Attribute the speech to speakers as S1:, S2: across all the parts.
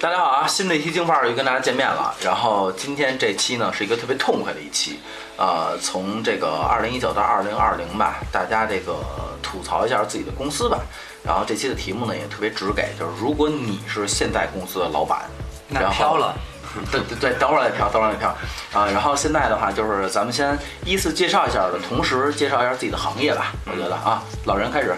S1: 大家好啊！新的一期京范儿又跟大家见面了。然后今天这期呢是一个特别痛快的一期，呃，从这个二零一九到二零二零吧，大家这个吐槽一下自己的公司吧。然后这期的题目呢也特别直给，就是如果你是现在公司的老板，
S2: 那
S1: 然后
S2: 飘了，
S1: 对对对，等会儿再飘，等会儿再飘啊。然后现在的话，就是咱们先依次介绍一下的，同时介绍一下自己的行业吧。我觉得啊，老人开始，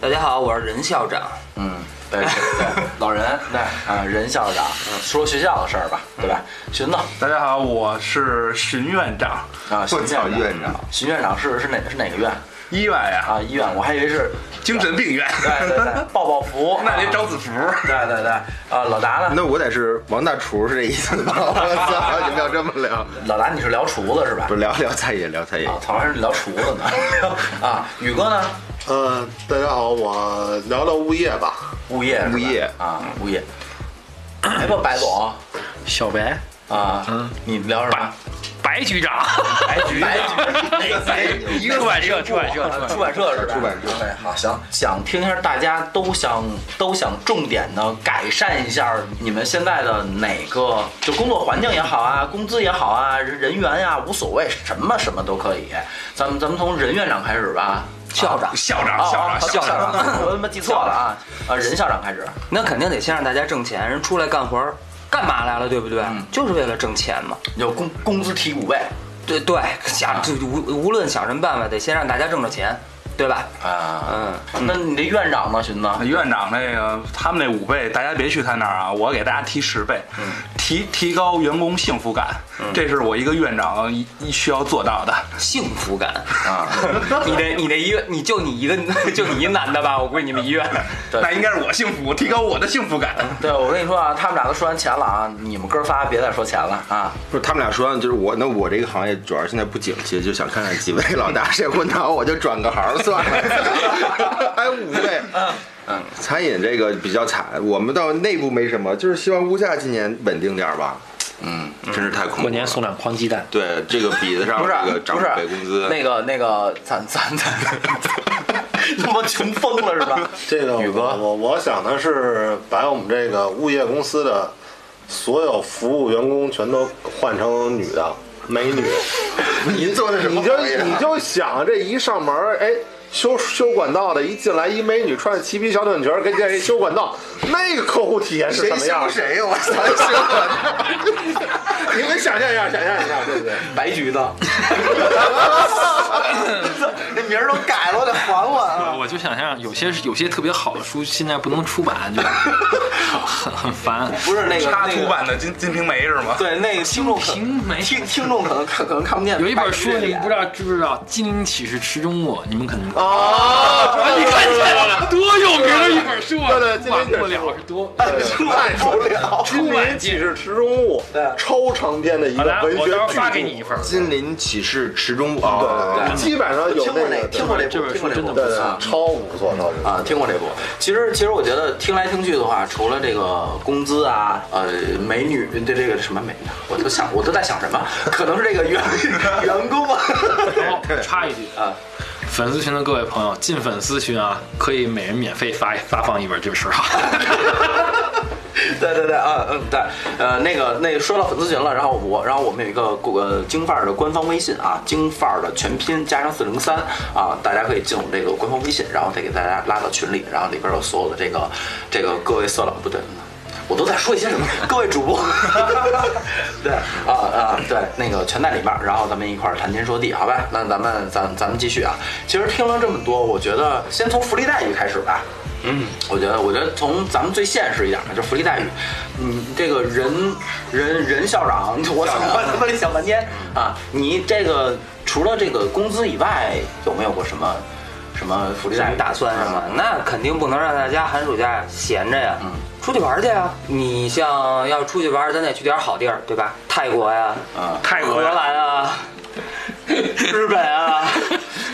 S2: 大家好，我是任校长。
S1: 嗯，对对对，老人对啊，任校长说学校的事儿吧，对吧？寻子
S3: 大家好，我是荀院长
S1: 啊，
S3: 我
S1: 荀
S3: 操，
S1: 院
S3: 院长，，
S1: 荀院长是是哪是哪个院
S3: 医院呀，
S1: 啊？医院，我还以为是，啊
S3: 精神病院，
S1: 对对对，抱抱福，
S3: 那得找
S1: 啊
S3: 子服。
S1: 对对对，啊，老达呢？
S4: 那我得是王大厨是这意思吗？ 我操，你们要这么聊，
S1: 老达你是聊厨子是吧
S4: 不？是聊聊菜也聊菜也
S1: 啊，。操，还是聊厨子呢？啊，宇哥呢？
S5: 呃，大家好，我聊聊物业吧。
S1: 物业是吧
S4: 物业
S1: 啊，物业。来吧，白总
S3: 小白，
S1: 啊，你聊什么？
S6: 白局长，
S1: 白局， 白局，
S6: 一个出版社，出版社，出版社
S1: 出版社是吧？
S4: 出版社
S1: 对，好，行，想听一下大家都想都想重点的改善一下你们现在的哪个，就工作环境也好啊，工资也好啊，人人员呀、无所谓，什么什么都可以。咱们咱们从任院长开始吧。
S2: 校长
S1: 啊
S3: 校
S1: 哦
S3: 长，校
S1: 哦
S3: 长，
S1: 校
S3: 校
S1: 长，
S3: 长，
S1: 我他妈记错了啊！啊，任校长开始，
S2: 那肯定得先让大家挣钱，人出来干活儿干嘛来了，对不对？就是为了挣钱嘛。啊
S1: 有工工资提五倍
S2: 对对，想就无无论想什么办法，得先让大家挣着钱，对吧？
S1: 啊。
S2: 嗯，
S1: 那你这院长呢，寻子？
S3: 院长那个他们那五倍，大家别去他那儿啊，我给大家提十倍，提提高员工幸福感，这是我一个院长一一需要做到的。
S2: 幸福感。
S1: 啊，
S2: 你的你的医院，你就你一个， 就你一男的吧？我估计你们医院。
S1: 对
S3: 那应该是我幸福，提高我的幸福感。
S1: 对，我跟你说啊，他们俩都说完钱了啊，你们哥仨别再说钱了啊。
S4: 不是他们俩说，就是我，那我这个行业主要是现在不景气，就想看看几位老大谁混得好，我就转个行 算了。还五位，嗯，餐饮这个比较惨，我们到内部没什么，就是希望物价今年稳定点儿吧。嗯，真是太恐怖了。
S6: 过年送两筐鸡蛋，
S4: 对这个比得上
S1: 不是
S4: 这个涨
S1: 不
S4: 五
S1: 是
S4: 倍工资，
S1: 那个那个，咱咱咱， 他妈穷疯了是吧？
S5: 这个
S1: 宇
S5: 我
S1: 哥
S5: 我我想的是把我们这个物业公司的所有服务员工全都换成女的，美女。
S4: 您做的什么
S5: 你就
S4: 行业啊
S5: 你就想这一上门儿，哎，修修管道的，一进来一美女穿着齐皮小短裙儿，跟这一修管道，那个客户体验是
S4: 谁
S5: 什么样
S4: 修
S5: 儿？
S4: 谁呀？我操，修我 的。
S5: 你们想象一下，想象一下，对不对？
S1: 白橘子，
S4: 这名儿都改了，我得还我啊！
S6: 我就想象有些有些特别好的书现在不能出版，就很很烦。
S1: 不是那个
S3: 插
S1: 那
S3: 图
S1: 个
S3: 版的《金金瓶梅》是吗？
S1: 对那个听众可
S6: 平没
S1: 听听众可能看可能看不见白
S6: 有
S1: 橘
S6: 一
S1: 的脸，
S6: 本书你们不知道知不知道，《金陵启示池中物》，你们可能
S5: 啊，
S6: 你看见了，多有名的一本书啊！
S5: 对对金
S6: 出
S5: 陵启
S6: 版
S5: 示
S6: 不了是多。
S5: 看不了，出
S6: 版
S5: 名岂是池中物，超长篇的一个
S6: 好的，
S5: 文
S6: 我
S5: 学
S6: 到时候
S5: 巨
S6: 发
S5: 著
S6: 给你一份。
S4: 金陵启示池中物，
S5: 哦对，基本上有
S1: 听
S5: 那
S1: 过
S5: 个
S1: 那
S5: 对
S1: 听过这
S6: 这本
S1: 部
S6: 书
S1: 听过这
S6: 真
S1: 部
S6: 的
S5: 对
S6: 不
S5: 对，
S1: 啊
S5: 超不错，超不错。
S1: 啊，听过这部。其实，其实我觉得听来听去的话，除了这个工资啊，呃，美女对这个什么美，我都想，我都在想什么？可能是这个员员工啊。
S6: 然后插一句
S1: 啊，
S6: 粉丝群的各位朋友，进粉丝群啊，可以每人免费发发放一本这本书啊。
S1: 对对对，嗯嗯对，呃，那个那个说到粉丝群了，然后我然后我们有一个呃京范儿的官方微信啊，京范儿的全拼加上四零三啊，大家可以进我们这个官方微信，然后再给大家拉到群里，然后里边有所有的这个这个各位色狼不对。我都在说一些什么？各位主播， 对啊啊，对，那个全在里面，然后咱们一块儿谈天说地，好吧？那咱们咱咱们继续啊。其实听了这么多，我觉得先从福利待遇开始吧。嗯，我觉得，我觉得从咱们最现实一点的，就福利待遇，嗯，这个人人人校长， 我操，我他妈想半天啊！你这个除了这个工资以外，有没有过什么什么福利
S2: 咱
S1: 待遇？
S2: 们打算什么？那肯定不能让大家寒暑假闲着呀，出去玩去呀。你像要出去玩，咱得去点好地儿，对吧？泰国呀，
S1: 啊，
S3: 泰
S2: 荷
S3: 国呀
S2: 兰啊，日本 啊，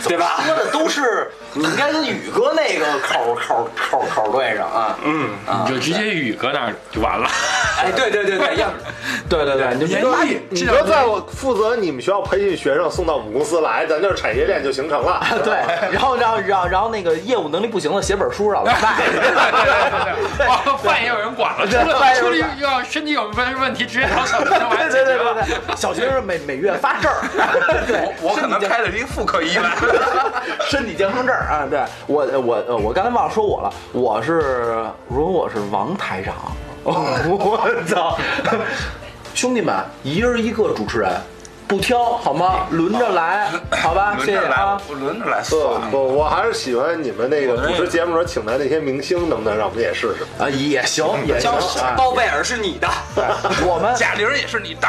S2: 对吧？
S1: 说的都是你应该跟宇哥那个口口口口对上啊。嗯，
S6: 你就直接宇哥那儿就完了。
S2: 哎，对对对对，要
S6: 对对对，你就
S3: 演绎
S5: 你就在我负责你们学校培训学生送到我们公司来，咱这产业链就形成了。
S1: 对，然后然后然后然后那个业务能力不行了，写本书让老 外卖。
S6: 哇，哦饭也有人管了，出
S1: 饭
S6: 了
S1: 也有
S6: 出
S1: 人
S6: 了
S1: 管
S6: 要身体有问问题，直接找小学生来
S1: 对对
S6: 解
S1: 对
S6: 决了。
S1: 对，小学生每每月发证儿，对，
S3: 我我可能开的是一个妇科医院。
S1: 身体健康证儿啊。对我我呃我刚才忘了说我了，我是如果我是王台长， 我操，兄弟们，一人一个主持人，不挑好吗？轮着来，好 吧？
S3: 轮
S1: 谢谢
S3: 着来
S1: 啊。，
S3: 轮着来算
S5: 不
S3: 了。
S5: 不，我还是喜欢你们那个主持节目时候请来那些明星，能不能让我们也试试？
S1: 啊，也行，也行。啊
S2: 包贝尔是你的，
S1: 对，我们
S3: 贾玲也是你的，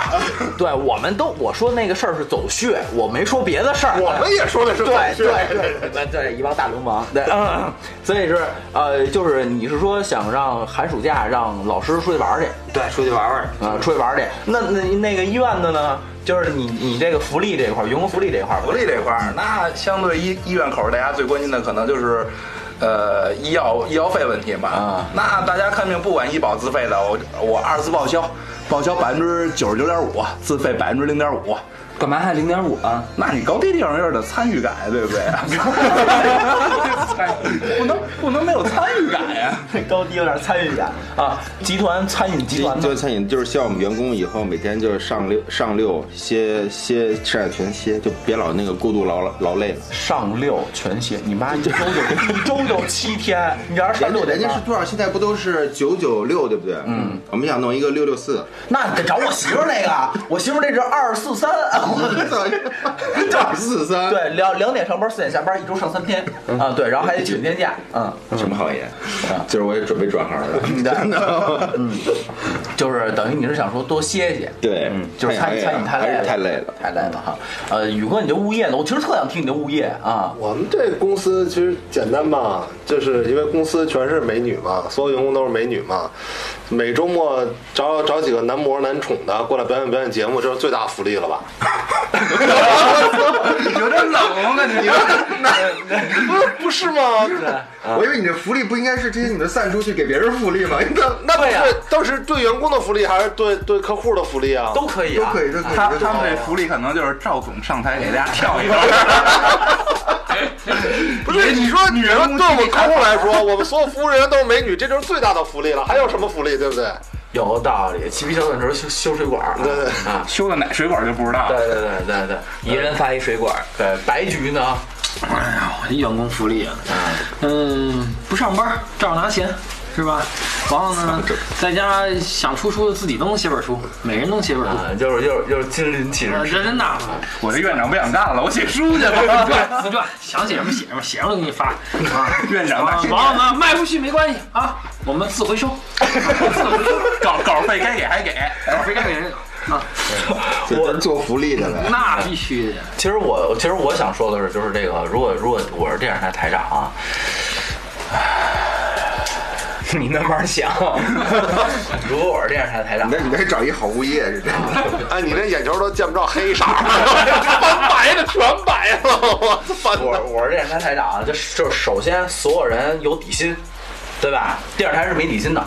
S1: 对，我们都我说那个事儿是走穴，我没说别的事儿。啊
S5: 我们也说的是
S1: 对
S5: 是
S1: 对对，你们对一帮大流氓，对，嗯所以是呃，就是你是说想让寒暑假让老师出去玩儿去
S2: 对，出去玩玩。
S1: 啊、出去玩儿去？那那那个医院的呢？就是你你这个福利这一块儿，员工福利这一块儿吧，
S3: 福利这块儿，那相对医医院口儿，大家最关心的可能就是。呃，医药医药费问题嘛，
S1: 啊
S3: 那大家看病不管医保自费的，我我二次报销，报销百分之九十九点五，自费百分之零点五，
S2: 干嘛还零点五啊？
S3: 那你高低这种有点参与感呀，对不对？ 不能不能没有参与感呀。
S1: 高低有点参与感啊。集团参与集团呢
S4: 就餐饮就是希望我们员工以后每天就是上六上六歇歇吃点全歇，就别老那个过度劳劳累了。
S1: 上六全歇，你妈一周 就一周就七天，你要是上
S4: 人
S1: 六
S4: 家
S1: 天
S4: 人家
S1: 班
S4: 是多少？现在不都是九九六对不对？嗯，我们想弄一个六六 四。
S1: 那你得找我媳妇儿那个，啊我媳妇儿那是二四三，啊
S4: 二四三，
S1: 对，两两点上班，四点下班，一周上三天啊，对，然后还得请天假，嗯，
S4: 什么行业？就是我也准备转行 了，真的。嗯，
S1: 就是等于你是想说多歇歇，
S4: 对
S1: 嗯，就是餐饮餐饮太累
S4: 还
S1: 了，
S4: 是太累了。
S1: 太累了哈。呃，宇哥，你这物业呢？我其实特想听你的物业啊，
S5: 我们这公司其实简单吧，就是因为公司全是美女嘛，所有员工都是美女嘛，每周末找找几个男模男宠的过来表演表演节目，这是最大福利了吧？
S3: 有点冷，我感觉。
S5: 不是吗？
S4: 我以为你的福利不应该是这些你们散出去给别人福利吗？
S5: 那不
S1: 对
S5: 是
S1: 呀
S5: 都是对啊员工的福利，还是对对客户的福利啊？
S1: 都可以啊，
S4: 都可以，都可以。
S3: 他
S4: 都可以
S3: 他们这福利可能就是赵总上台给大家跳一段。
S5: 不是你说女人啊对我们客户来说，我们所有服务人员都是美女，这就是最大的福利了，还有什么福利，对不对？
S1: 有道理。骑皮小短车修修水管儿，
S5: 对对
S1: 啊，
S3: 修的哪水管就不知道
S1: 对
S3: 了。
S1: 对对对对
S2: 一人发一水管，
S1: 对，白局呢？
S6: 哎员工福利啊，嗯，不上班照样拿钱，是吧？然后呢，在家想出书的自己都能写本书，每人能写本书。
S1: 啊，就是就是就是金鳞骑
S6: 啊
S1: 士，
S6: 真 的，
S3: 我这院长不想干了，我写书去
S6: 自
S3: 吧。
S6: 传自传，想写什么写什么，写上就给你发。啊，
S3: 院长大
S6: 啊
S3: 青，年
S6: 完了呢，卖不去没关系啊， 我们自回收，自回收，哎
S3: 稿稿费该给还 给。
S6: 谁该给人啊，
S4: 我做福利的了。
S6: 那必须的。
S1: 其实我其实我想说的是，就是这个，如果如果我是电视台台长啊， 唉你慢慢想。 如果我是电视台台长
S4: 那，你得找一好物业是这样。
S5: 哎，你这眼球都见不着黑 色了，翻白的全白了，我翻
S1: 我我是电视台台长啊，就就是首先所有人有底薪，对吧？电视台是没底薪的。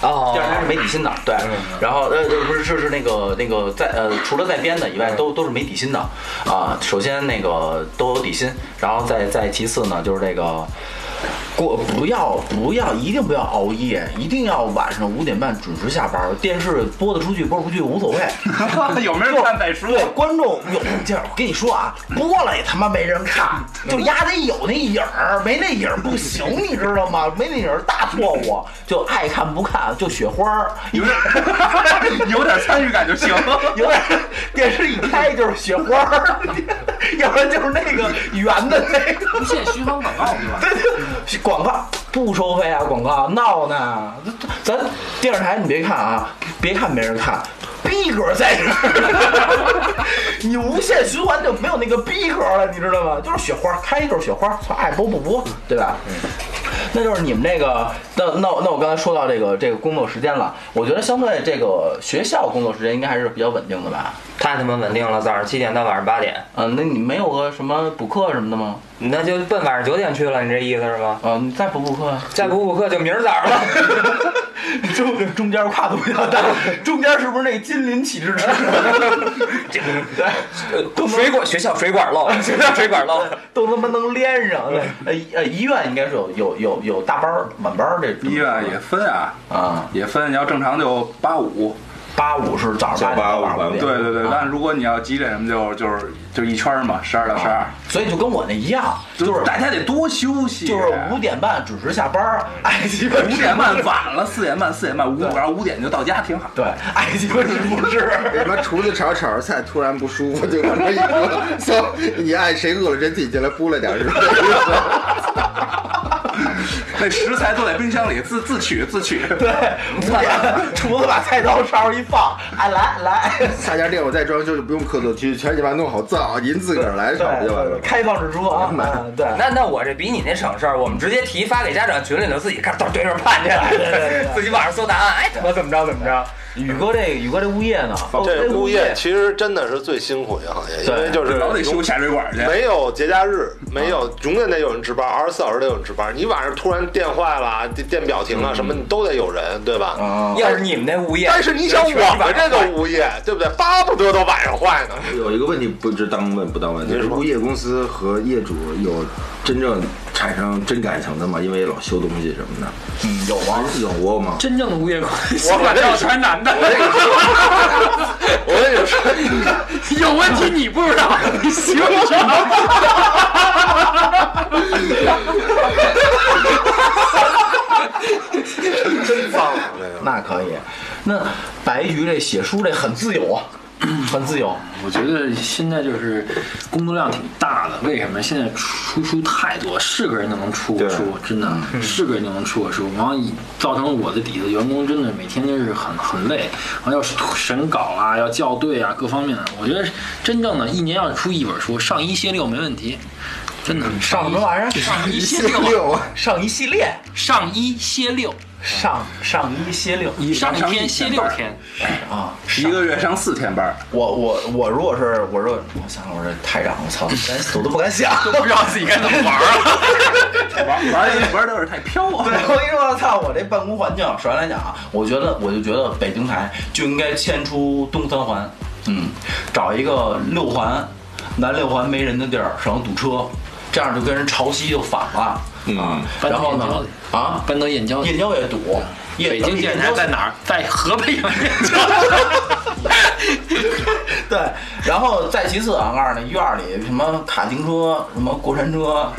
S2: 哦
S1: 电视台是没底薪的，对。然后呃，呃不是，就是那个那个在呃，除了在编的以外，都都是没底薪的啊。首先那个都有底薪，然后再再其次呢，就是这个。过不要不要，一定不要熬夜，一定要晚上五点半准时下班。电视播得出去，播不出去无所谓。
S3: 有没有人看再说？
S1: 对，观众有劲儿。我跟你说啊，播了也他妈没人看， 就压得有那影儿，没那影儿不行，你知道吗？没那影儿大错误，就爱看不看，就雪花儿，有点
S3: 有点参与感就行。
S1: 有点电视一开就是雪花儿，要不然就是那个圆的那个
S6: 无限循环广告对吧？
S1: 广告不收费啊，广告闹呢。咱电视台你别看啊，别看没人看，逼格在这儿， 你无限循环就没有那个逼格了，你知道吗？就是雪花，开一就是雪花，操，爱播不播，对吧？那就是你们这个，那那那我刚才说到这个这个工作时间了，我觉得相对这个学校工作时间应该还是比较稳定的吧？
S2: 太他妈稳定了，早上七点到晚上八点，
S7: 嗯，那你没有个什么补课什么的吗？
S2: 那就奔晚上九点去了，你这意思是吗？
S7: 啊，你再补补课啊。
S2: 再不补课就明儿早上了。
S7: 中中间跨度比较大，中间是不是那个金鳞岂之吃？ 都能
S2: 水管学校水管漏，呃 学校水管漏。
S7: 都他妈能连上。呃呃，医院应该是有有有有大班儿晚班儿这种
S3: 医院也分啊，
S7: 啊，
S3: 也分，你要正常就八五，
S7: 八五是早上八点
S4: 985
S7: 到晚上五
S4: 对
S7: 点，
S3: 对对对，
S7: 啊
S3: 但如果你要急诊什么，就就是就一圈儿嘛，十二到十二，
S7: 所以就跟我那一样，就是
S3: 大家得多休息，
S7: 就是五点半准时下班儿，爱鸡巴
S3: 五点半晚了，四点半四点半五，然后五点就到家挺好。
S7: 对，爱鸡巴是不是？
S4: 什么厨子炒炒着菜突然不舒服，就往这一说，说你爱谁饿了谁自己进来拨了点儿是吧？
S3: 那食材都在冰箱里自自取自取。
S7: 对，五点厨子把菜刀勺一放，哎来来，
S4: 下家店我再装修就不用客座区，全你妈弄好灶，您自个儿来炒就完了
S7: 对，。开放式厨房，嗯对。
S2: 那那我这比你那省事儿，我们直接提发给家长群里头，自己看到对面判去了， 自己网上搜答案，哎，怎么怎么着怎么着。
S7: 宇哥这宇哥这物业呢？
S5: 这
S7: 物
S5: 物业其实真的是最辛苦一个行业，因为就是
S3: 老得修下水管去。
S5: 没有节假日，没有永远得有人值班，二十四小时得有人值班。你晚上突然电坏了、电电表停了什么，你都得有人，对吧？
S2: 要是你们那物业，
S5: 但是你想，
S2: 全是
S5: 我
S2: 晚
S5: 们这个物业，对不对？巴不得都晚上坏呢。
S4: 有一个问题不知当问不当问，就是
S5: 说
S4: 物业公司和业主有真正产生真感情的吗？因为老修东西什么的，嗯，有吗？有过吗？
S6: 真正的物业关系
S5: 我反正
S3: 全是男的，
S5: 我跟你说，
S6: 有问题，你不知道， 你行吗？
S5: 真脏啊！这个
S7: 那可以。那白鱼这写书这很自由啊，很自由。
S6: 我觉得现在就是工作量挺大的，为什么？现在出书太多，是个人就能出个书，真的是个人就能出个书。然后造成我的底子，员工真的每天就是很很累，然后要审稿啊，要校对啊，各方面的。我觉得真正的一年要出一本书，上一歇六没问题，真的上
S7: 什么
S1: 嗯
S7: 玩意儿
S6: 上一歇
S4: 星期
S6: 六，
S4: 六啊，
S7: 上一系列，
S6: 上一歇六，
S7: 上上一歇六。
S6: 上一天歇六天，
S1: 啊！
S3: 一个月上四天班，
S1: 我我我如果是我说我想我这太长，我操，我都不敢想。
S6: 不知道自己该怎么玩了。
S3: 玩玩玩的有点太飘
S1: 对，
S3: 啊。
S1: 我跟你说，我操，我这办公环境，首先来讲啊，我觉得我就觉得北京台就应该迁出东三环，嗯，找一个六环，南六环没人的地儿，省得堵车，这样就跟人潮汐就反了。
S4: 嗯，
S1: 然后呢，啊，
S6: 搬到燕郊去，
S1: 燕郊也堵，燕
S6: 北京电视台在哪儿？在河北省燕郊。
S1: 对，然后再其次啊，告诉你，院儿里什么卡丁车、什么过山车，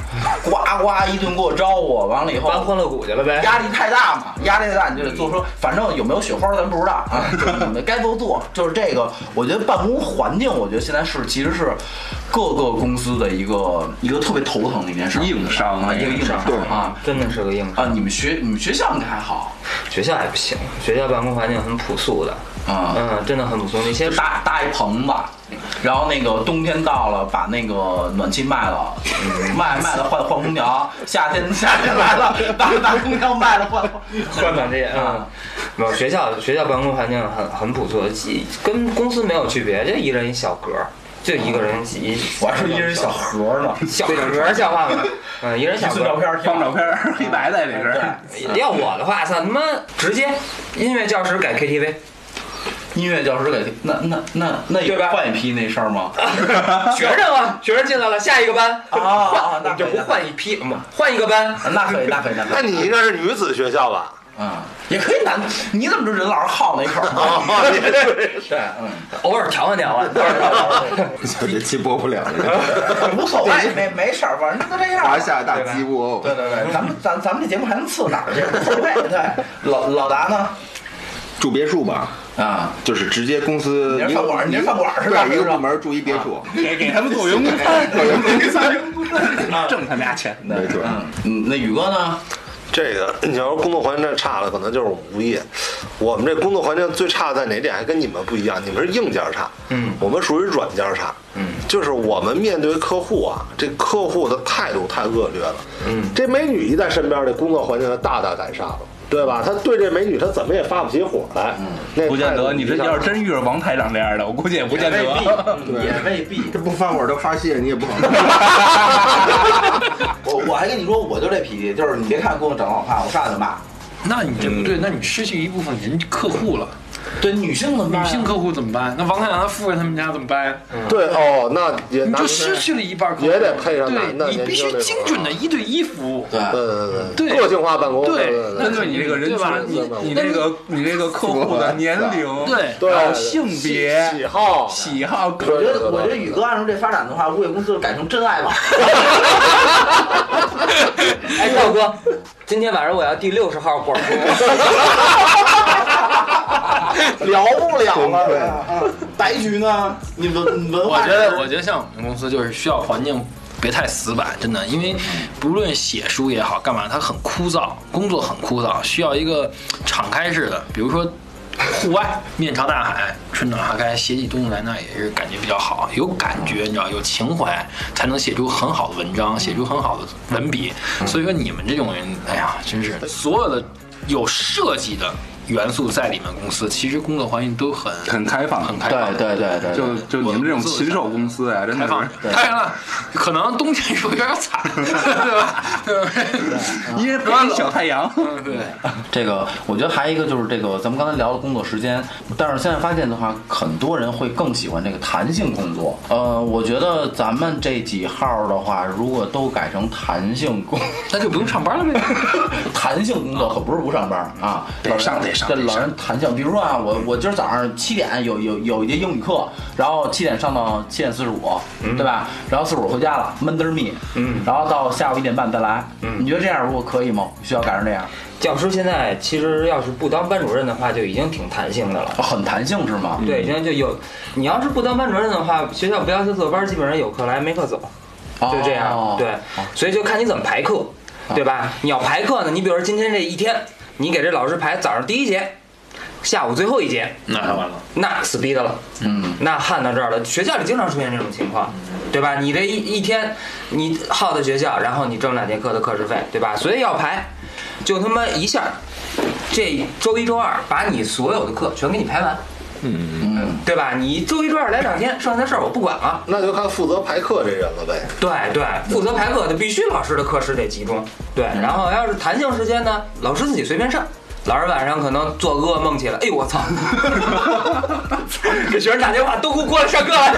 S1: 呱呱一顿给我招呼，完了以后
S2: 搬欢乐谷去了呗。
S1: 压力太大嘛，压力太大你就得坐车，反正有没有雪花咱不知道啊，你们该坐坐。就是这个，我觉得办公环境，我觉得现在是其实是各个公司的一个一个特别头疼的一件事儿，
S3: 硬伤啊
S1: 啊，一个硬伤
S3: 对
S1: 啊
S2: 真的是个硬
S1: 啊！你们学你们学校应该还好
S2: 学校也不行，学校办公环境很朴素的，
S1: 啊，
S2: 嗯，真的很朴素。那些
S1: 就搭搭一棚子，然后那个冬天到了，把那个暖气卖了，卖卖了换换空调；夏天夏天来了，把把空调卖了换
S2: 换暖气
S1: 啊
S2: 啊，没有学校学校办公环境很很朴素，一跟公司没有区别，就一人一小格儿，就一个人一
S1: 我还说一人小盒呢，
S2: 小格儿叫话吗？ 嗯，一人小
S1: 一
S2: 格
S1: 寸照
S2: 儿。
S1: 片儿挺
S3: 放
S1: 好
S3: 照片儿，黑白在里边。
S2: 要我的话，操他妈直接音乐教室改 KTV，
S1: 音乐教师给那那那那有
S2: 对吧
S1: 换一批那事儿吗？
S2: 学生 啊，学生进来了，下一个班
S1: 啊啊啊那
S2: 换就
S1: 可以
S2: 不换一批，嗯换一个班，
S1: 那可以，那可以，那可
S5: 那
S1: 以。
S5: 你应该是女子学校吧？
S1: 嗯，也可以男，你怎么知道任老师好那口儿
S5: 哦
S1: 呢？ 对，
S2: 偶尔调换调换， 偶尔调换调换。
S4: 就这期播不了了，
S1: 嗯， 无所谓，没没事儿，反正都这样
S4: 华
S1: 儿。
S4: 夏大鸡窝。
S1: 对对对，咱们咱咱们这节目还能次哪儿去？无所谓。对，老老达呢？
S4: 住别墅吧，
S1: 啊，
S4: 就是直接公司
S1: 你这饭馆儿你这饭馆儿是吧
S4: 对，一个部门住一别墅，
S3: 给给他们做员工餐，做员工餐，挣他们俩钱。
S4: 没错。
S1: 嗯，那宇哥呢？
S5: 这个你要说工作环境真差了，可能就是无业。我们这工作环境最差在哪点？还跟你们不一样，你们是硬件差，嗯，我们属于软件差，嗯，就是我们面对客户啊，这客户的态度太恶劣了，嗯，这美女一在身边，这工作环境就大大改善了。对吧？他对这美女，他怎么也发不起火来。那
S3: 不见
S5: 态度
S3: 得，你这
S5: 想
S3: 要是真遇着王台长这样的，我估计也不见
S1: 也未
S3: 得。
S1: 必，嗯也未必。
S4: 这不发火都发泄，你也 不好弄。
S1: 我我还跟你说，我就这脾气，就是你别看姑娘长得好看，我上来就骂。
S6: 那你这不
S5: 嗯
S6: 对，那你失去一部分人客户了，
S1: 对女性怎么办
S6: 女
S1: 啊？
S6: 性客户怎么办？那王太阳他夫人他们家怎么办呀？
S5: 对哦，那也
S6: 你
S5: 拿
S6: 就失去了一半客户，
S5: 也得配上男的
S6: 对，你必须
S5: 年轻那种
S6: 精准
S3: 啊
S6: 的一对一服务。
S1: 对，
S5: 对对
S6: 对
S5: 个性化办公，
S6: 对
S5: 对
S6: 那
S5: 对
S3: 那你这个人
S6: 对
S3: 群
S6: 吧，
S3: 你
S5: 那
S3: 你这个你这个客户的年龄，
S6: 对
S5: 对
S3: 然后性别、
S5: 喜好，
S3: 喜好，
S1: 我觉
S5: 对
S1: 得
S5: 对
S1: 我觉得宇哥按照这发展的话，物业公司就改成真爱网。
S2: 哎，赵哥，今天晚上我要第六十号广 播，
S1: 聊不了了。嗯白局呢？你文文
S6: 我
S1: 化
S6: 觉
S1: 是，
S6: 得，我觉得像我们公司就是需要环境别太死板，真的，因为
S1: 嗯
S6: 不论写书也好，干嘛，它很枯燥，工作很枯燥，需要一个敞开式的，比如说。户外面朝大海，春暖花开，写起东西来那也是感觉比较好，有感觉，你知道，有情怀，才能写出很好的文章，写出很好的文笔。
S1: 嗯
S6: 所以说你们这种人，哎呀，真是所有的有设计的元素在里面，公司其实工作环境都很
S3: 很开放，
S6: 很开放。
S1: 对对对
S3: 就就你们这种禽兽公司呀，真的
S6: 开
S3: 是
S6: 放，当然了，可能冬天时候有点惨，对吧？
S3: 一人表小太阳。
S6: 对对，
S1: 这个，我觉得还有一个就是这个，咱们刚才聊了工作时间，但是现在发现的话，很多人会更喜欢这个弹性工作。呃，我觉得咱们这几号的话，如果都改成弹性工，
S6: 那就不用上班了 呗。
S1: 弹性工作可不是不上班啊，得上得上，这老人弹性。比如说啊，我我今儿早上七点有有有一节英语课，然后七点上到七点四十五，对吧？然后四十五回家了，闷得儿密，嗯，然后到下午一点半再来，嗯，你觉得这样如果可以吗？需要改成这样？
S2: 教师现在其实要是不当班主任的话，就已经挺弹性的了。
S1: 啊很弹性是吗？
S2: 对，现在就有，你要是不当班主任的话，学校不要求坐班，基本上有课来没课走，就这
S1: 哦
S2: 样。对，所以就看你怎么排课，对吧？你要排课呢，你比如说今天这一天，你给这老师排早上第一节，下午最后一节，
S6: 那完了，
S2: 那死逼的了，
S1: 嗯，
S2: 那焊到这儿了。学校里经常出现这种情况，对吧？你这一一天，你耗在学校，然后你挣两节课的课时费，对吧？所以要排，就他妈一下，这周一周二把你所有的课全给你排完，嗯，对吧？你周一周二来两天，剩下的事儿我不管了。
S5: 那就看负责排课这人了呗。
S2: 对对，负责排课的必须老师的课时得集中。对，然后要是弹性时间呢，老师自己随便上。老师晚上可能做噩梦起来，哎呦我操！给学生打电话，都给我过来上课来。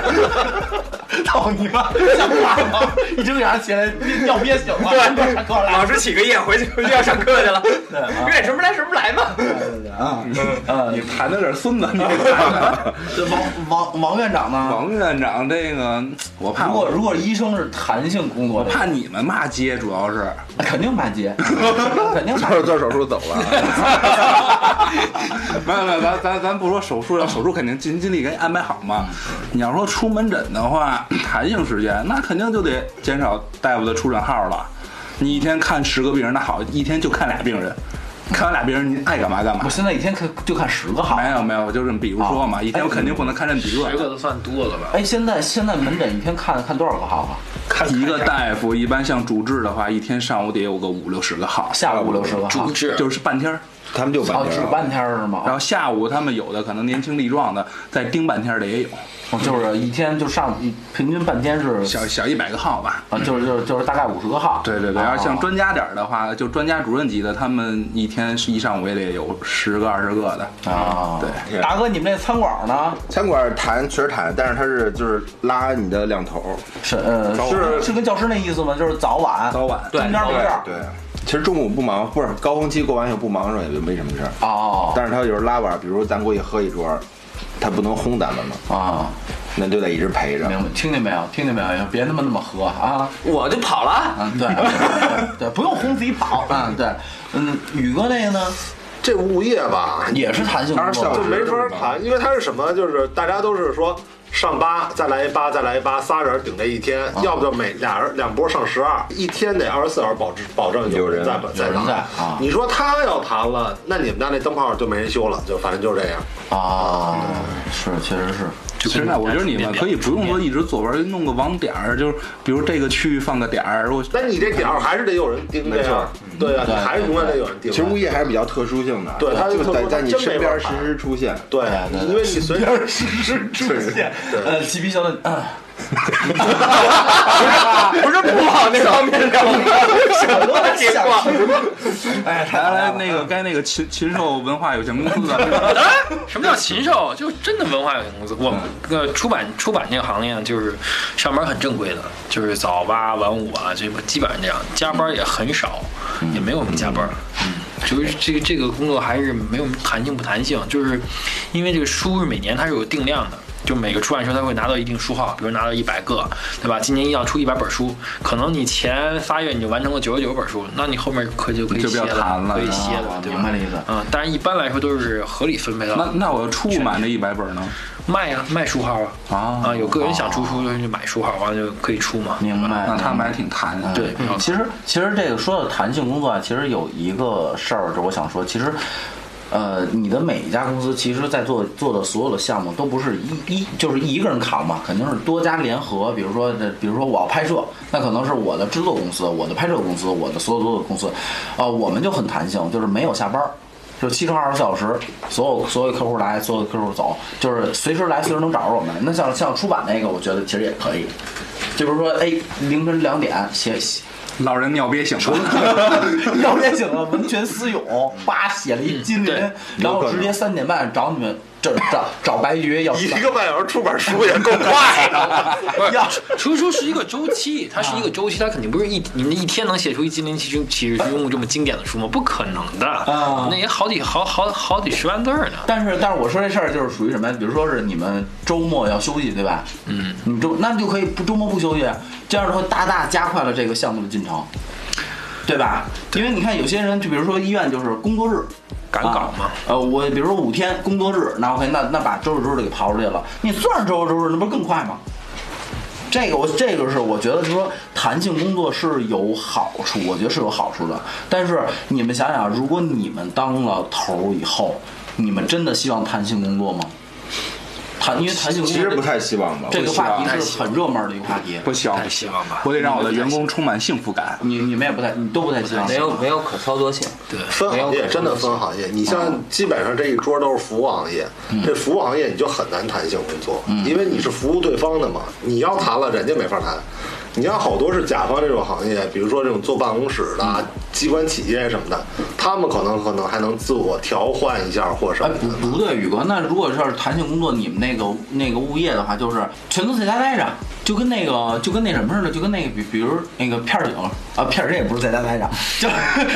S1: 操你妈！像话吗？一睁眼起来要憋醒了，上课来。
S2: 老师起个夜，回去回去要上课去了。愿什么来什么来嘛。
S3: 你谈的点孙子，你
S1: 这王王王院长呢？
S3: 王院长这个，我怕
S1: 如果
S3: 我
S1: 如果医生是弹性工作，
S3: 怕你们骂街，主要是
S1: 那肯定骂 街，肯定骂
S4: 做做手术走了，
S3: 没有没有，咱咱咱不说手术，手术肯定尽尽力给你安排好嘛。你要说出门诊的话， 弹性时间那肯定就得减少大夫的出诊号了。你一天看十个病人，那好，一天就看俩病人，看完俩病人你爱干嘛干嘛
S1: 我。现在一天看就看十个号。
S3: 没有没有，我就是比如说嘛，一天我肯定不能看这几
S6: 哎十个
S3: 个。
S6: 都算多了吧？
S1: 哎，现在现在门诊一天看看多少个号啊？
S3: 一个大夫一般像主治的话，一天上午得有个五六十个号，
S1: 下午五六十个号
S6: 主。治
S3: 就是半天儿。
S4: 他们就
S1: 哦
S4: 完，
S1: 值
S4: 全了。
S1: 半天儿是吗？
S3: 然后下午他们有的可能年轻力壮的，再盯半天儿的也有，
S1: 哦就是一天就上一平均半天是
S3: 小小一百个号吧。
S1: 啊，就是就是就是大概五十个号。
S3: 对对对，
S1: 哦
S3: 要是像专家点儿的话，就专家主任级的，他们一天是一上午也得有十个二十个的。
S1: 啊，
S3: 对
S1: 大哥，你们那餐馆呢？
S4: 餐馆谈确实谈，但是它是就是拉你的两头儿，
S1: 是呃
S4: 早晚
S1: 是是跟教师那意思吗？就是早晚
S3: 早晚
S1: 中间没事儿。
S4: 对，其实中午不忙，不是高峰期过完以后不忙的时候也就没什么事儿。
S1: 哦
S4: 但是他有时候拉晚，比如咱过去喝一桌，他不能轰咱们嘛，
S1: 啊，
S4: 那就得一直陪着。
S1: 明白，听见没有？听见没有？别他妈那么喝啊！
S2: 我就跑了。
S1: 嗯，对 对对，不用轰自己跑。嗯，对，嗯，宇哥那个呢，
S5: 这物业吧，
S1: 也是弹性工
S4: 二十
S5: 就
S4: 小
S1: 作
S4: 时，
S5: 没法谈，因为他是什么？就是大家都是说上八，再来一八，再来一八，仨人顶这一天，要不就每俩人两波上十二，一天得二十四小时保质保证
S4: 有人
S5: 人在
S1: 有人
S5: 岗
S1: 在啊
S5: 你说他要谈了，那你们家那灯泡就没人修了，就反正就是这样。
S1: 啊，是，确实是。
S3: 其实呢，我觉得你们可以不用说一直坐班儿，弄个网点儿，就是比如这个区域放个点儿。如果
S5: 但你这点儿还是得有人盯着
S4: 没错
S5: 呀。对啊，你
S1: 对
S5: 还是永远得有人盯着。
S4: 其实物业还是比较特殊性的，
S5: 对它
S4: 就
S5: 特殊
S4: 在
S5: 它
S4: 在你
S5: 真没
S4: 身边
S5: 法
S4: 实
S5: 儿
S4: 时出现。
S5: 对，因为你随时
S1: 呃，嬉皮笑脸，啊
S2: 不是不往那方面聊，
S3: 来来，哎那个该那个禽禽兽文化有限公 司的，
S1: 哎
S6: 什么叫禽兽？就真的文化有限公司。我们呃出版出版这个行业就是上班很正规的，就是早八晚五啊，这基本上这样，加班也很少，也没有我们加班。嗯就是这个这个工作还是没有弹性不弹性，就是因为这个书是每年它是有定量的。就每个出版社它会拿到一定书号，比如拿到一百个，对吧？今年要出一百本书，可能你前仨月你就完成了九十九本书，那你后面可就可以
S3: 就不
S6: 歇
S3: 要谈了
S6: 可以歇了，对吧？
S1: 明白这意思。
S6: 嗯，但是一般来说都是合理分配到
S3: 那那我出不买那一百本呢？
S6: 卖啊，卖书号啊，
S3: 啊
S6: 啊，有个人想出书就去买书号，完了就可以出嘛。
S1: 明白。
S3: 那他们还挺谈的。
S6: 对，嗯
S1: 其实其实这个说到弹性工作啊，其实有一个事儿，就是我想说，其实。呃，你的每一家公司，其实，在做做的所有的项目，都不是一一就是一个人扛嘛，肯定是多家联合。比如说，这比如说我要拍摄，那可能是我的制作公司、我的拍摄公司、我的所有所有的公司，啊，我们就很弹性，就是没有下班儿，就是七乘二十四小时，所有所有客户来，所有客户走，就是随时来，随时能找着我们。那像像出版那个，我觉得其实也可以，就比如说，哎，凌晨两点写写
S3: 老人尿憋醒了，
S1: 要练醒了，文泉私涌，叭写了一金
S6: 对
S1: 人，然后直接三点半找你们找找找白鱼要
S4: 一 个半小时出本书也够快的，
S6: 不是
S1: 要
S6: 出书是一个周期，它是一个周期，它肯定不是一你们一天能写出一《金陵奇军启示之用这么经典的书吗？不可能的，
S1: 啊
S6: 那也好几好好好几十万字儿呢。
S1: 但是，但是我说这事儿就是属于什么呀？比如说是你们周末要休息，对吧？嗯，你们周那你就可以不周末不休息，这样的话大大加快了这个项目的进程，对吧？因为你看有些人，就比如说医院就是工作日。
S6: 赶稿嘛
S1: 啊呃，我比如说五天工作日，那 OK，那那把周日周日给刨出去了，你算是周日周日，那不是更快吗？这个我这个是我觉得说弹性工作是有好处，我觉得是有好处的。但是你们想想，如果你们当了头儿以后，你们真的希望弹性工作吗？弹因为弹性工
S4: 其
S1: 作
S4: 实
S1: 这
S4: 不太希望吧。
S1: 这个话
S6: 不太
S1: 题啊
S6: 希
S1: 是
S6: 望
S1: 很热门的一个话题，
S3: 不行，
S6: 太希望吧，
S3: 我得让我的员工充满幸福感。
S1: 你你们也不太，你都不太希望。
S2: 没有没有可操作性。
S5: 分行业真的分行业，你像基本上这一桌都是服务行业，
S3: 嗯
S5: 这服务行业你就很难谈性工作，因为你是服务对方的嘛，你要谈了人家没法谈。你像好多是甲方这种行业，比如说这种坐办公室
S3: 嗯
S5: 的、机关企业什么的，他们可能可能还能自我调换一下或什
S3: 啊
S1: 哎，
S5: 么的。
S1: 不不对，宇哥，那如果要是弹性工作，你们那个那个物业的话，就是全都在家待着，就跟那个就跟那什么似的，就跟那个比比如那个片儿警啊，片儿警也不是在家待着，就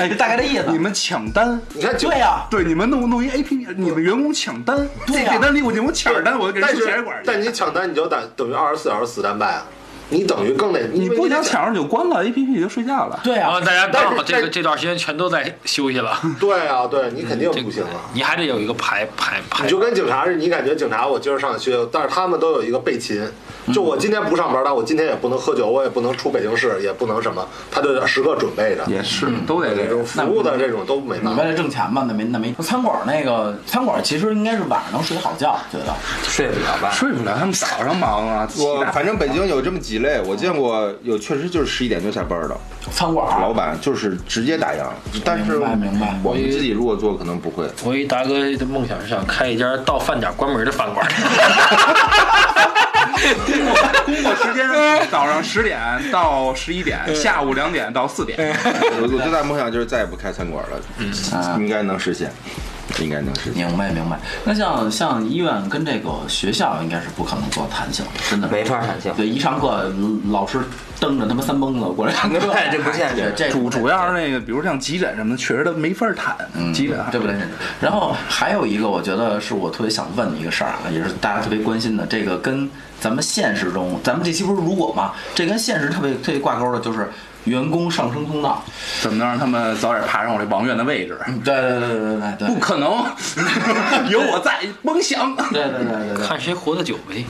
S1: 就 大概这意思。
S3: 你们抢单，
S5: 你看，
S1: 对呀、
S3: 对，啊你们弄弄一 A P P，你们员工抢单，
S1: 对呀
S3: 这单里我就我抢着单，我就给人
S5: 啊但
S3: 送血血
S5: 是
S3: 管去。
S5: 但你抢单你就等等于二十四小时死战败啊，你等于更得
S3: 你不想
S5: 想
S3: 抢上就关了 A P P 就睡觉了。
S1: 对呀、
S6: 然后啊大家刚好
S5: 但是
S6: 这个
S5: 但
S6: 这段时间全都在休息了，
S5: 对啊，对你肯定
S3: 嗯
S6: 这
S5: 不行啊。
S6: 你还得有一个排排排
S5: 你就跟警察似的，你感觉警察我今儿上学，但是他们都有一个备勤，就我今天不上班，但我今天也不能喝酒，我也不能出北京市，也不能什么，他就时刻准备着。
S3: 也是，都得
S5: 这种服务的这种都没
S1: 你
S5: 办
S1: 为
S5: 法。
S1: 了挣钱嘛，那没那没。餐馆那个餐馆其实应该是晚上能睡好觉，觉得。
S2: 嗯睡不了吧？
S3: 睡不了，他们早上忙 啊。
S4: 我
S3: 起来
S4: 反正北京有这么几类，我见过有确实就是十一点就下班的
S1: 餐馆
S4: 老板，就是直接打烊。但是
S1: 啊明白明白
S4: 我们自己如果做可能不会。
S6: 我一大哥的梦想是想开一家到饭点关门的饭馆，
S3: 工作 时间早上十点到十一点，下午两点到四点。
S4: 我我最大梦想就是再也不开餐馆了，应该能实现，应该能实现。
S1: 明白明白。那像像医院跟这个学校应该是不可能做弹性，真的
S2: 没法弹性。
S1: 对，一上课老师蹬着他妈三蹦子过来上课，
S2: 对这不现实
S1: 对这
S3: 主主要是那个，比如像急诊什么的，确实都没法谈。急诊啊
S1: 对不对？然后还有一个，我觉得是我特别想问的一个事儿啊，也是大家特别关心的，这个跟咱们现实中，咱们这期不是如果嘛，这跟现实特别特别挂钩的，就是员工上升通道。
S3: 怎么能让他们早点爬上我这王院的位置？
S1: 对对对对对对
S3: 不可 能，有我在，甭想。
S1: 对对对对对。
S6: 看谁活得久呗。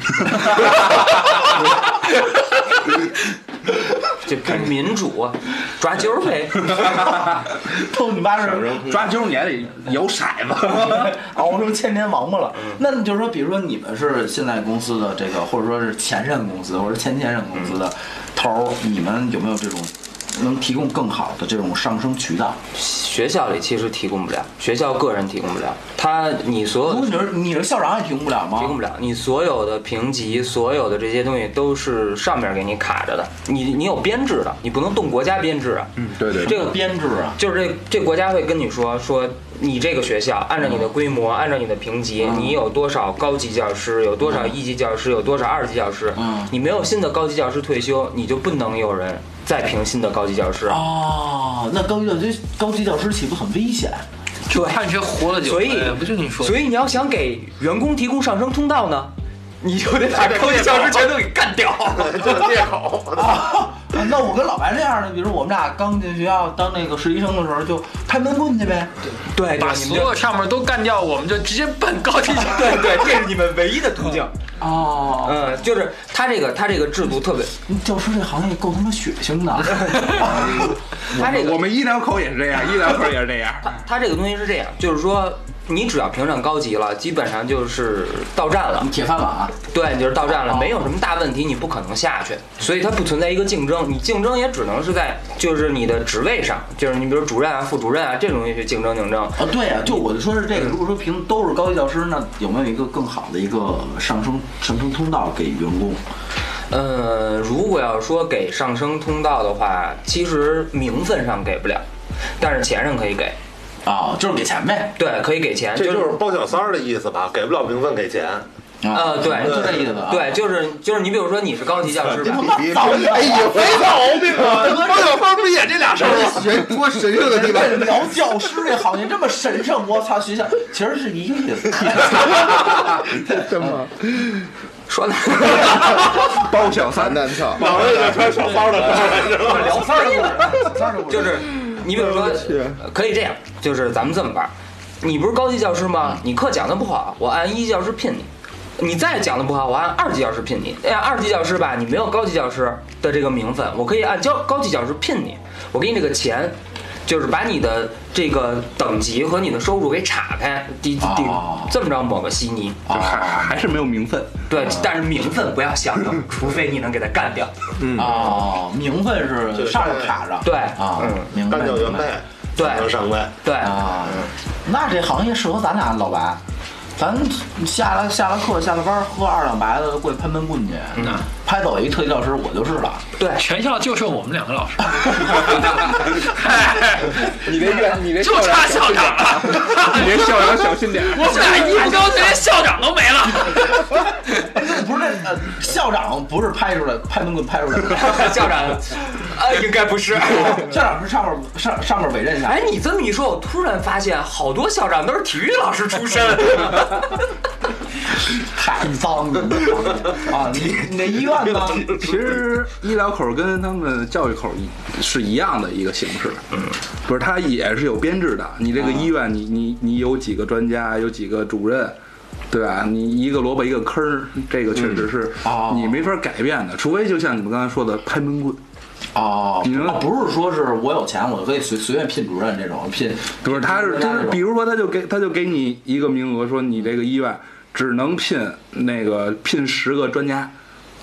S2: 这不民主啊，抓阄儿呗。
S1: 偷你妈是
S3: 抓阄你还得摇骰 子，
S1: 熬成千年王八了。那你就说，比如说你们是现在公司的这嗯个，或者说是前任公司，或者前前任公司的头儿，你们有没有这种能提供更好的这种上升渠道。
S2: 学校里其实提供不了，学校个人提供不了，他你所有
S1: 不
S2: 的
S1: 过你是你是校长也提供不了吗？
S2: 提供不了，你所有的评级，所有的这些东西都是上面给你卡着的，你你有编制的，你不能动国家编制啊。嗯，
S3: 对 对，
S2: 这个
S1: 编制啊，
S2: 就是这这国家会跟你说说，你这个学校按照你的规模，按照你的评级，你有多少高级教师，有多少一级教师，有多少二级教师，
S1: 嗯
S2: 你没有新的高级教师退休，你就不能有人再评新的高级教师。
S1: 哦，那高级教师高级教师岂不很危险？
S6: 就看谁活得久
S2: 所以
S6: 呗，哎不就你说的
S2: 所以你要想给员工提供上升通道 呢，你就得把高级教师全都给干掉。
S4: 就借口。
S1: 啊，那我跟老白这样的，比如我们俩刚进学校当那个实习生的时候，就拍闷棍去呗。
S2: 对，
S6: 把
S2: 对你们
S6: 所
S2: 这。
S6: 有上面都干掉，我们就直接奔高级
S2: 对对，这是你们唯一的途 径。
S1: 哦，
S2: 嗯，就是他这个他这个制度特别，
S1: 教师这行业够他妈血腥 的。啊
S2: 他这个
S3: 我们医疗口也是这样，医疗口也是这样。
S2: 他他这个东西是这样，就是说你只要评上高级了，基本上就是到站了。
S1: 铁饭碗，
S2: 对，你就是到
S6: 哦
S2: 站了，没有什么大问题，你不可能下去，所以它不存在一个竞争，你竞争也只能是在就是你的职位上，就是你比如主任啊、副主任啊这种东西去竞争竞争。
S1: 啊，对呀，就我就说是这个。如果说评都是高级教师，那有没有一个更好的一个上升上升通道给员工？
S2: 呃，如果要说给上升通道的话，其实名分上给不了，但是钱上可以给，
S1: 啊，就是给钱呗。
S2: 对，可以给钱，
S5: 这
S2: 就
S5: 就是是包小三儿的意思吧？给不了名分，给钱。
S2: 呃，对，
S5: 就
S1: 啊这意思吧
S2: 对，就是就是，你比如说你是高级教师吧，
S4: 你早哎呦，没毛病啊！高小芳不也这俩事 儿吗？学多神圣的地 方，
S1: 为什么聊教师这行业这么神圣？我操，学校其实是一个 意思。
S4: 真吗？
S2: 说 的
S4: 包小三难跳，
S5: 脑袋里穿小包的时候，
S2: 啊聊三儿就是你比如说
S4: 去，
S2: 可以这样，就是咱们这么玩儿，你不是高级教师吗？你课讲的不好，我按一级教师聘你。你再讲的不好，我按二级教师聘你。哎呀，二级教师吧，你没有高级教师的这个名分，我可以按教高级教师聘你，我给你这个钱，就是把你的这个等级和你的收入给岔开，第第
S1: 哦
S2: 这么着抹个稀泥。
S3: 就还还是没有名分，
S2: 对，但是名分不要 想了，除非你能给他干掉。
S1: 哦，名分是上面卡着。
S2: 对
S1: 啊，
S2: 嗯
S1: 明白。
S5: 干掉原
S1: 明
S5: 配
S1: 白，
S2: 对
S5: 能上位。
S2: 对，
S1: 啊，那这行业适合咱俩，老白。咱下了下了课，下了班儿喝二两白的，过去拍闷棍去。
S6: 嗯
S1: 拍走一特级教师，我就是了。
S2: 对，
S6: 全校就剩我们两个老 师，
S3: 你这院，你这
S6: 就差校长了，
S3: 你这校长小心点。
S6: 我们俩一不高兴，连校长都没 了。
S1: 不是，呃校长不是拍出来拍闷棍拍出来的，
S2: 校长，啊，应该不 是。
S1: 校长是上面上上面委任下来的。
S2: 哎，你这么一说，我突然发现好多校长都是体育老师出身。
S1: 太脏 了啊！你你那医院呢？
S3: 其实医疗口跟他们教育口是一样的一个形式，嗯，不是，它也是有编制的。你这个医院，你你你有几个专家，有几个主任，对吧？你一个萝卜一个坑儿，这个确实是
S1: 哦
S3: 你没法改变的，除非就像你们刚才说的拍闷棍，
S1: 哦，
S3: 你能
S1: 哦不是说是我有钱，我可以随随便聘主任这种聘，
S3: 不是，他是
S1: 聘
S3: 他
S1: 专家
S3: 是，
S1: 这
S3: 比
S1: 种
S3: 如说他就给他就给你一个名额，说你这个医院只能聘那个聘十个专家。啊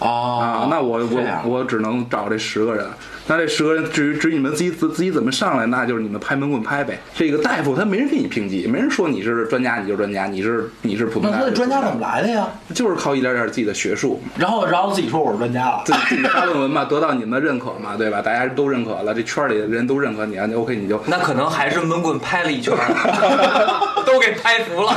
S1: 哦，，
S3: 那我
S1: 这样
S3: 我我只能找这十个人，那这十个人至于至于你们自己自自己怎么上来，那就是你们拍门棍拍呗。这个大夫他没人给你评级，没人说你是专家你就是专家，你是你是普通
S1: 那
S3: 大夫。
S1: 他的专家怎么来的呀？
S3: 就是靠一点点自己的学术，
S1: 然后然后自己说我是专家了
S3: 自己自己发论文嘛，得到你们的认可嘛，对吧？大家都认可了，这圈里的人都认可你啊，你 OK 你 就
S2: 那可能还是闷棍拍了一圈儿， 都给拍服了。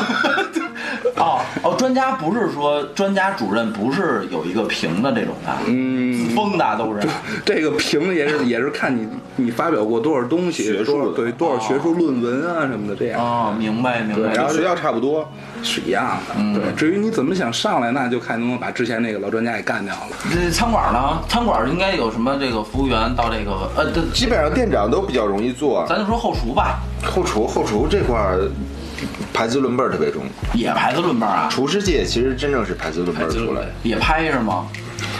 S1: 哦哦，专家不是说专家主任不是有一个评的这种的，嗯，封的都是。
S3: 这个评也是也是看你你发表过多少东西，
S4: 学术
S3: 多少
S4: 的
S3: 对多少学术论文啊什么的这样。
S1: 哦，明白明白。
S3: 对然后
S4: 学校差不多。
S3: 是一样的，
S1: 嗯
S3: 对。至于你怎么想上来，那就看能不能把之前那个老专家给干掉了。
S1: 这餐馆呢？餐馆应该有什么这个服务员到这个呃，这
S4: 基本上店长都比较容易做，
S1: 咱就说后厨吧，
S4: 后厨后厨这块儿排资论辈儿特别重，
S1: 也排的论辈儿啊，
S4: 厨师界其实真正是排资论辈儿出来的。
S1: 也拍是吗？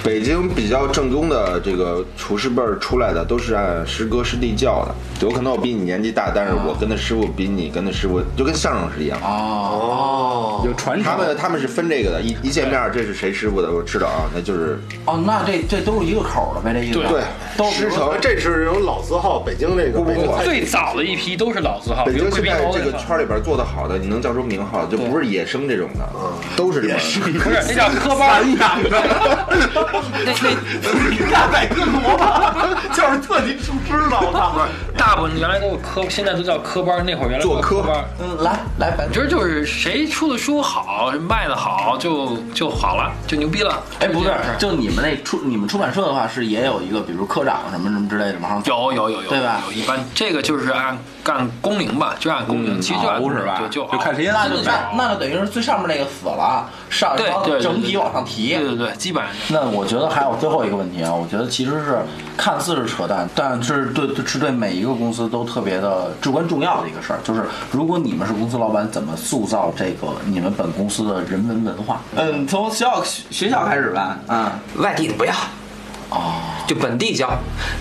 S4: 北京比较正宗的这个厨师辈儿出来的，都是按师哥师弟教的。有可能我比你年纪大，但是我跟的师傅比你跟的师傅就跟相声是一样的。
S1: 哦
S3: 有传
S4: 他
S3: 承。
S4: 们他们是分这个的，一一见面这是谁师傅的，我知道啊，那就是
S1: 哦，那这这都是一个口儿的呗，这意思。
S4: 对师承。
S5: 这是有老字号，北京这个
S4: 不不
S5: 北京
S4: 不
S5: 菜
S8: 最早的一批都是老字
S6: 啊
S8: 号，
S4: 北
S8: 比如
S4: 京
S8: 贵宾
S4: 现在
S8: 楼
S4: 这个圈里边做的好的，你能叫出名号，就不是野生这种的，都是这种。
S8: 不是那叫科班，
S2: 那那
S8: 大部分原来都是科，现在都叫科班，那会儿原来
S4: 做
S8: 叫
S4: 科
S8: 班。
S1: 嗯，来来，白
S8: 其实就是谁出的书好，卖的好，就就好了，就牛逼了。
S1: 哎，不
S8: 这
S1: 是
S8: 件事，儿
S1: 就你们那出你们出版社的话，是也有一个，比如科长什么什么之类的往上走。
S8: 有有有有，
S1: 对吧
S8: 有一般这个就是按干工龄吧，就按工龄，其实
S1: 啊
S8: 就按
S3: 熬
S8: 工龄
S3: 嗯是吧？
S8: 对，就
S3: 就
S8: 熬
S3: 看谁先
S1: 那
S3: 死
S1: 就
S3: 呗
S1: 那那就等于是最上面那个死了，上
S8: 对
S1: 然后
S8: 对对
S1: 整体
S8: 对
S1: 往上提。
S8: 对对对，基本上是
S1: 那我觉得还有最后一个问题啊，我觉得其实是看似是扯淡，但是对对是对每一个公司都特别的至关重要的一个事儿，就是如果你们是公司老板，怎么塑造这个你们本公司的人文文化？嗯，从学校学校开始吧。嗯，
S2: 外地的不要。哦，就本地教，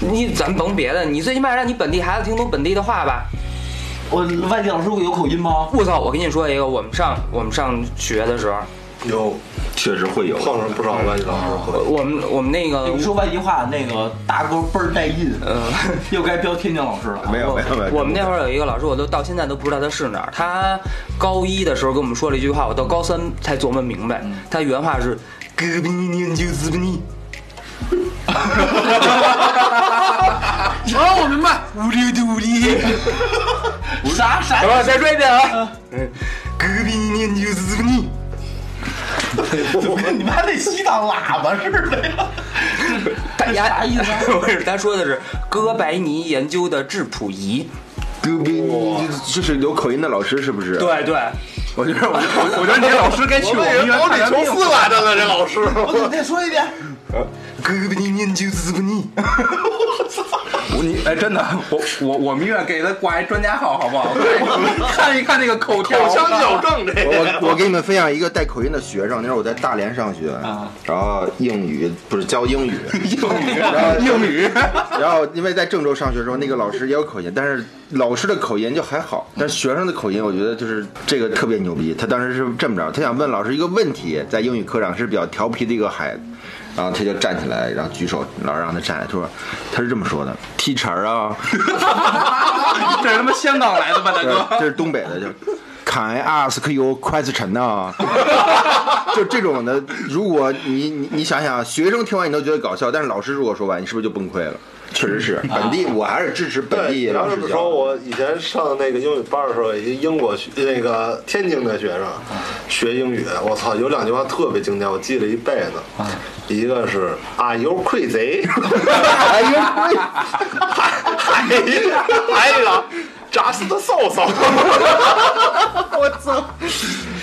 S2: 你咱甭别的，你最起码让你本地孩子听懂本地的话吧。
S1: 我外地老师会有口音吗？
S2: 我操，我跟你说一个，我们上我们上学的时候，
S5: 有
S4: 确实会有。
S5: 碰上不少外地老师会。
S2: 我们我们那个
S1: 你说外地话，那个大哥倍儿带劲，
S2: 呃，
S1: 又该标天津老师了。
S4: 没有没有没有，
S2: 我们那会儿有一个老师，我都到现在都不知道他是哪儿。他高一的时候跟我们说了一句话，我到高三才琢磨明白，他原话是“哥比你念旧子比你”。
S8: 哦，我明白，
S2: 五六的五六，啥啥？等会儿再说一遍啊！嗯，隔壁念旧子你。
S1: 你妈那西藏喇叭似的呀！
S2: 大家啥意思？不是，他说的是哥白尼研究的质谱仪。
S4: 丢逼，就是有口音的老师是不是？，
S2: 对对，
S3: 我觉得我我我觉得你这老师该去我们医院看看病。
S5: 来的了，这老师。
S1: 我怎么再说一遍？
S2: 哥白尼研究子你。
S3: 我你 哎，真的，我我我们医院给他挂一专家号，好不好？ 看一看那个口条。
S5: 矫正这
S4: 我我给你们分享一个带口音的学生，那时候我在大连上学，然后英语不是教英语，
S3: 英语，
S4: 然后因为在郑州上学的时候，那个老师也有口音，但是老师的口音就还好，但是学生的口音我觉得就是这个特别牛逼。他当时是这么着，他想问老师一个问题，在英语课上是比较调皮的一个孩子，然后他就站起来，然后举手，老师让他站起来，他说他是这么说的，teacher 啊，
S3: 这是他妈香港来的吧，大
S4: 这
S3: 哥？
S4: 这是东北 的，就啊 Can I ask you question 啊？就这种的，如果你你你想想，学生听完你都觉得搞笑，但是老师如果说完，你是不是就崩溃了？确实是，
S3: 嗯
S4: 本地我还是支持本
S5: 对，你
S4: 地
S5: 要
S4: 老
S5: 这
S4: 师
S5: 么
S4: 教
S5: 说，
S4: 的。
S5: 我以前上那个英语班的时候，一英国学那个天津的学生学英语，我操，有两句话特别经典，我记了一辈子。一个是 Are you crazy？
S4: 哎呦，
S5: 还还有一个 Just so so。我操！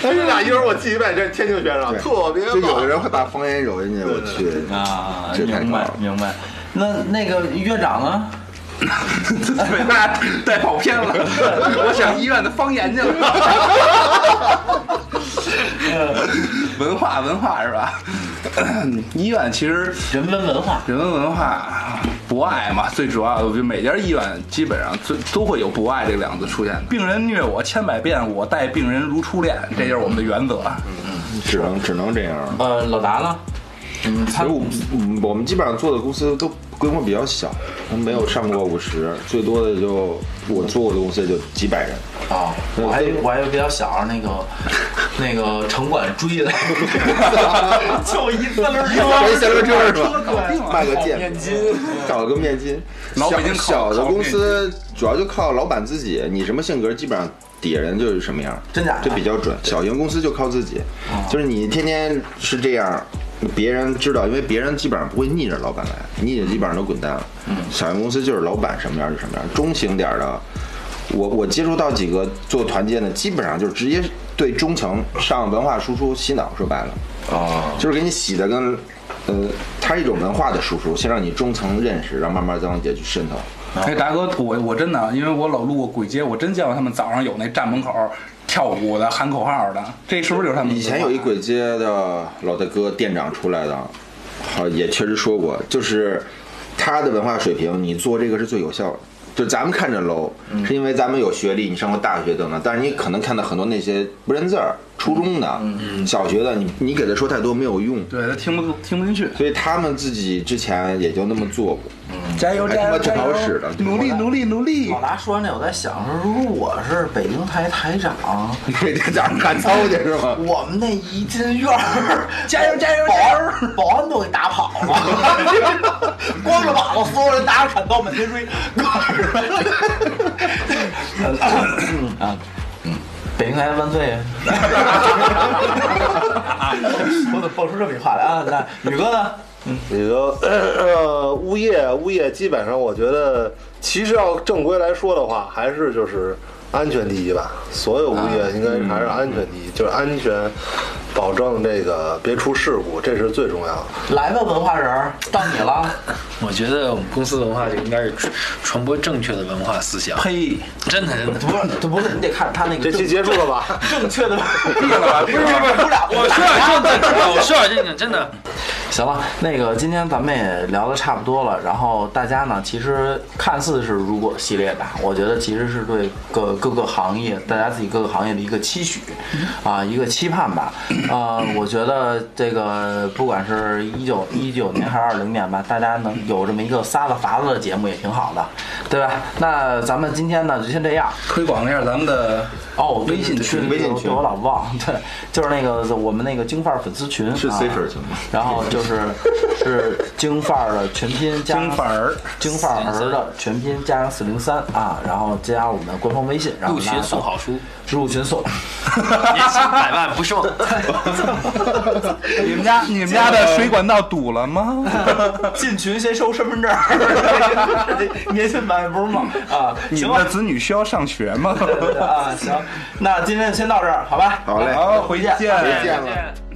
S5: 这俩英儿我记一辈子，这是天津学生特别
S4: 就有
S5: 棒
S4: 的。人会把方言揉进去，我去，
S1: 啊，
S4: 这太
S1: 明
S4: 高
S1: 白
S4: 了。
S1: 明白。那那个院长呢？
S3: 被他 带跑偏了，我想医院的方言去了。 文化文化是吧？ 医院其实
S1: 人文文化。
S3: 人文文化博爱嘛，最主要的就每家医院基本上最都会有博爱这个两个字出现。病人虐我千百遍，我待病人如初恋，
S4: 嗯
S3: 这就是我们的原则。
S4: 只能只能这样。
S1: 呃，老达呢？嗯，
S4: 其
S1: 他
S4: 实我嗯我们基本上做的公司都规模比较小，没有上过五十，最多的就我做过的公司也就几百人。
S1: 啊，我还以为我还以为比较小，那个那个城管追的，就一四轮
S4: 没
S1: 车，
S4: 三轮车是吧？
S1: 对
S4: 卖个剑，面筋，搞个面筋。
S3: 老北
S4: 小
S3: 京烤
S4: 小的
S3: 烤面
S4: 公司主要就靠老板自己，你什么性格，基本上底下人就是什么样，
S1: 真假的
S4: 这比较准。小型公司就靠自己，
S3: 哦
S4: 就是你天天是这样。别人知道，因为别人基本上不会逆着老板来，逆着基本上都滚蛋了。
S3: 嗯
S4: 小型公司就是老板什么样就什么样，中型点儿的，我我接触到几个做团建的，基本上就是直接对中层上文化输出洗脑，说白了。就是给你洗的跟，呃，它是一种文化的输出，先让你中层认识，然后慢慢再往底下去渗透。
S3: 哎，大哥，我我真的，因为我老路过鬼街，我真见过他们早上有那站门口跳舞的、喊口号的，这是不是就是他们啊
S4: 以前有一鬼街的老大哥店长出来的，好也确实说过，就是他的文化水平，你做这个是最有效的。就咱们看着 low，是因为咱们有学历，你上过大学等等，但是你可能看到很多那些不认字儿、初中的、小学的，你你给他说太多没有用。
S3: 对他听不听不进去，
S4: 所以他们自己之前也就那么做过，
S3: 加油
S4: 还
S3: 加
S4: 他妈
S3: 油
S4: 挺
S3: 加
S4: 好
S3: 油
S4: 使的，
S3: 努力努力努力
S1: 老！达说完这，我在想说，如果我是北京台台长，
S4: 每天早上赶操去是吗？
S1: 我们那一进院儿，
S2: 加油加油
S1: 保
S2: 加油！
S1: 安保安都给打跑了，光着膀子，所有人拿着砍刀满天追。啊，嗯，北京台万岁！我怎么蹦出这么一话来啊？那宇哥呢？
S5: 你说呃，物业物业基本上，我觉得其实要正规来说的话，还是就是安全第一吧。所有物业应该还是安全第一，就是安全保证这个别出事故，这是最重要的。
S1: 来吧，文化人儿，到你了。
S8: 我觉得我们公司文化就应该是传传播正确的文化思想。
S3: 呸！
S8: 真的真的。
S1: 不是，不是，你得看他那个
S5: 这
S1: 正
S5: 期结束了吧？
S1: 正确的。不是不是不是，
S8: 我说点正经的，我说点正经，真的。
S1: 行了，那个今天咱们也聊的差不多了，然后大家呢，其实看似是如果系列吧，我觉得其实是对各各个行业，大家自己各个行业的一个期许，啊、一个期盼吧。呃，我觉得这个不管是一九一九年还是二零年吧，大家能有这么一个撒了法子的节目也挺好的，对吧？那咱们今天呢就先这样，
S3: 推广一下咱们的
S1: 哦，
S3: 微信
S1: 对
S3: 群
S4: 微信群
S1: 我老忘，对，就是那个我们那个京范儿粉丝群
S4: 是
S1: 啊
S4: C 粉群吗
S1: 然后就是是京范儿的全拼加
S3: 京范儿，
S1: 京范儿儿的全拼加上四零三啊，然后加我们的官方微信，然后
S8: 入群送好书，
S1: 入群送，
S8: 年薪百万不是梦。
S3: 你们家你们家的水管道堵了 吗？
S1: 进群先收身份证儿，年薪百万不是梦 啊，
S3: 你
S1: 行
S3: 们的
S1: 吧。
S3: 子女需要上学吗？
S1: 对对对啊，行，那今天就先到这儿，好吧？
S4: 好嘞
S1: 回见。
S3: 见
S4: 再见了。
S8: 见。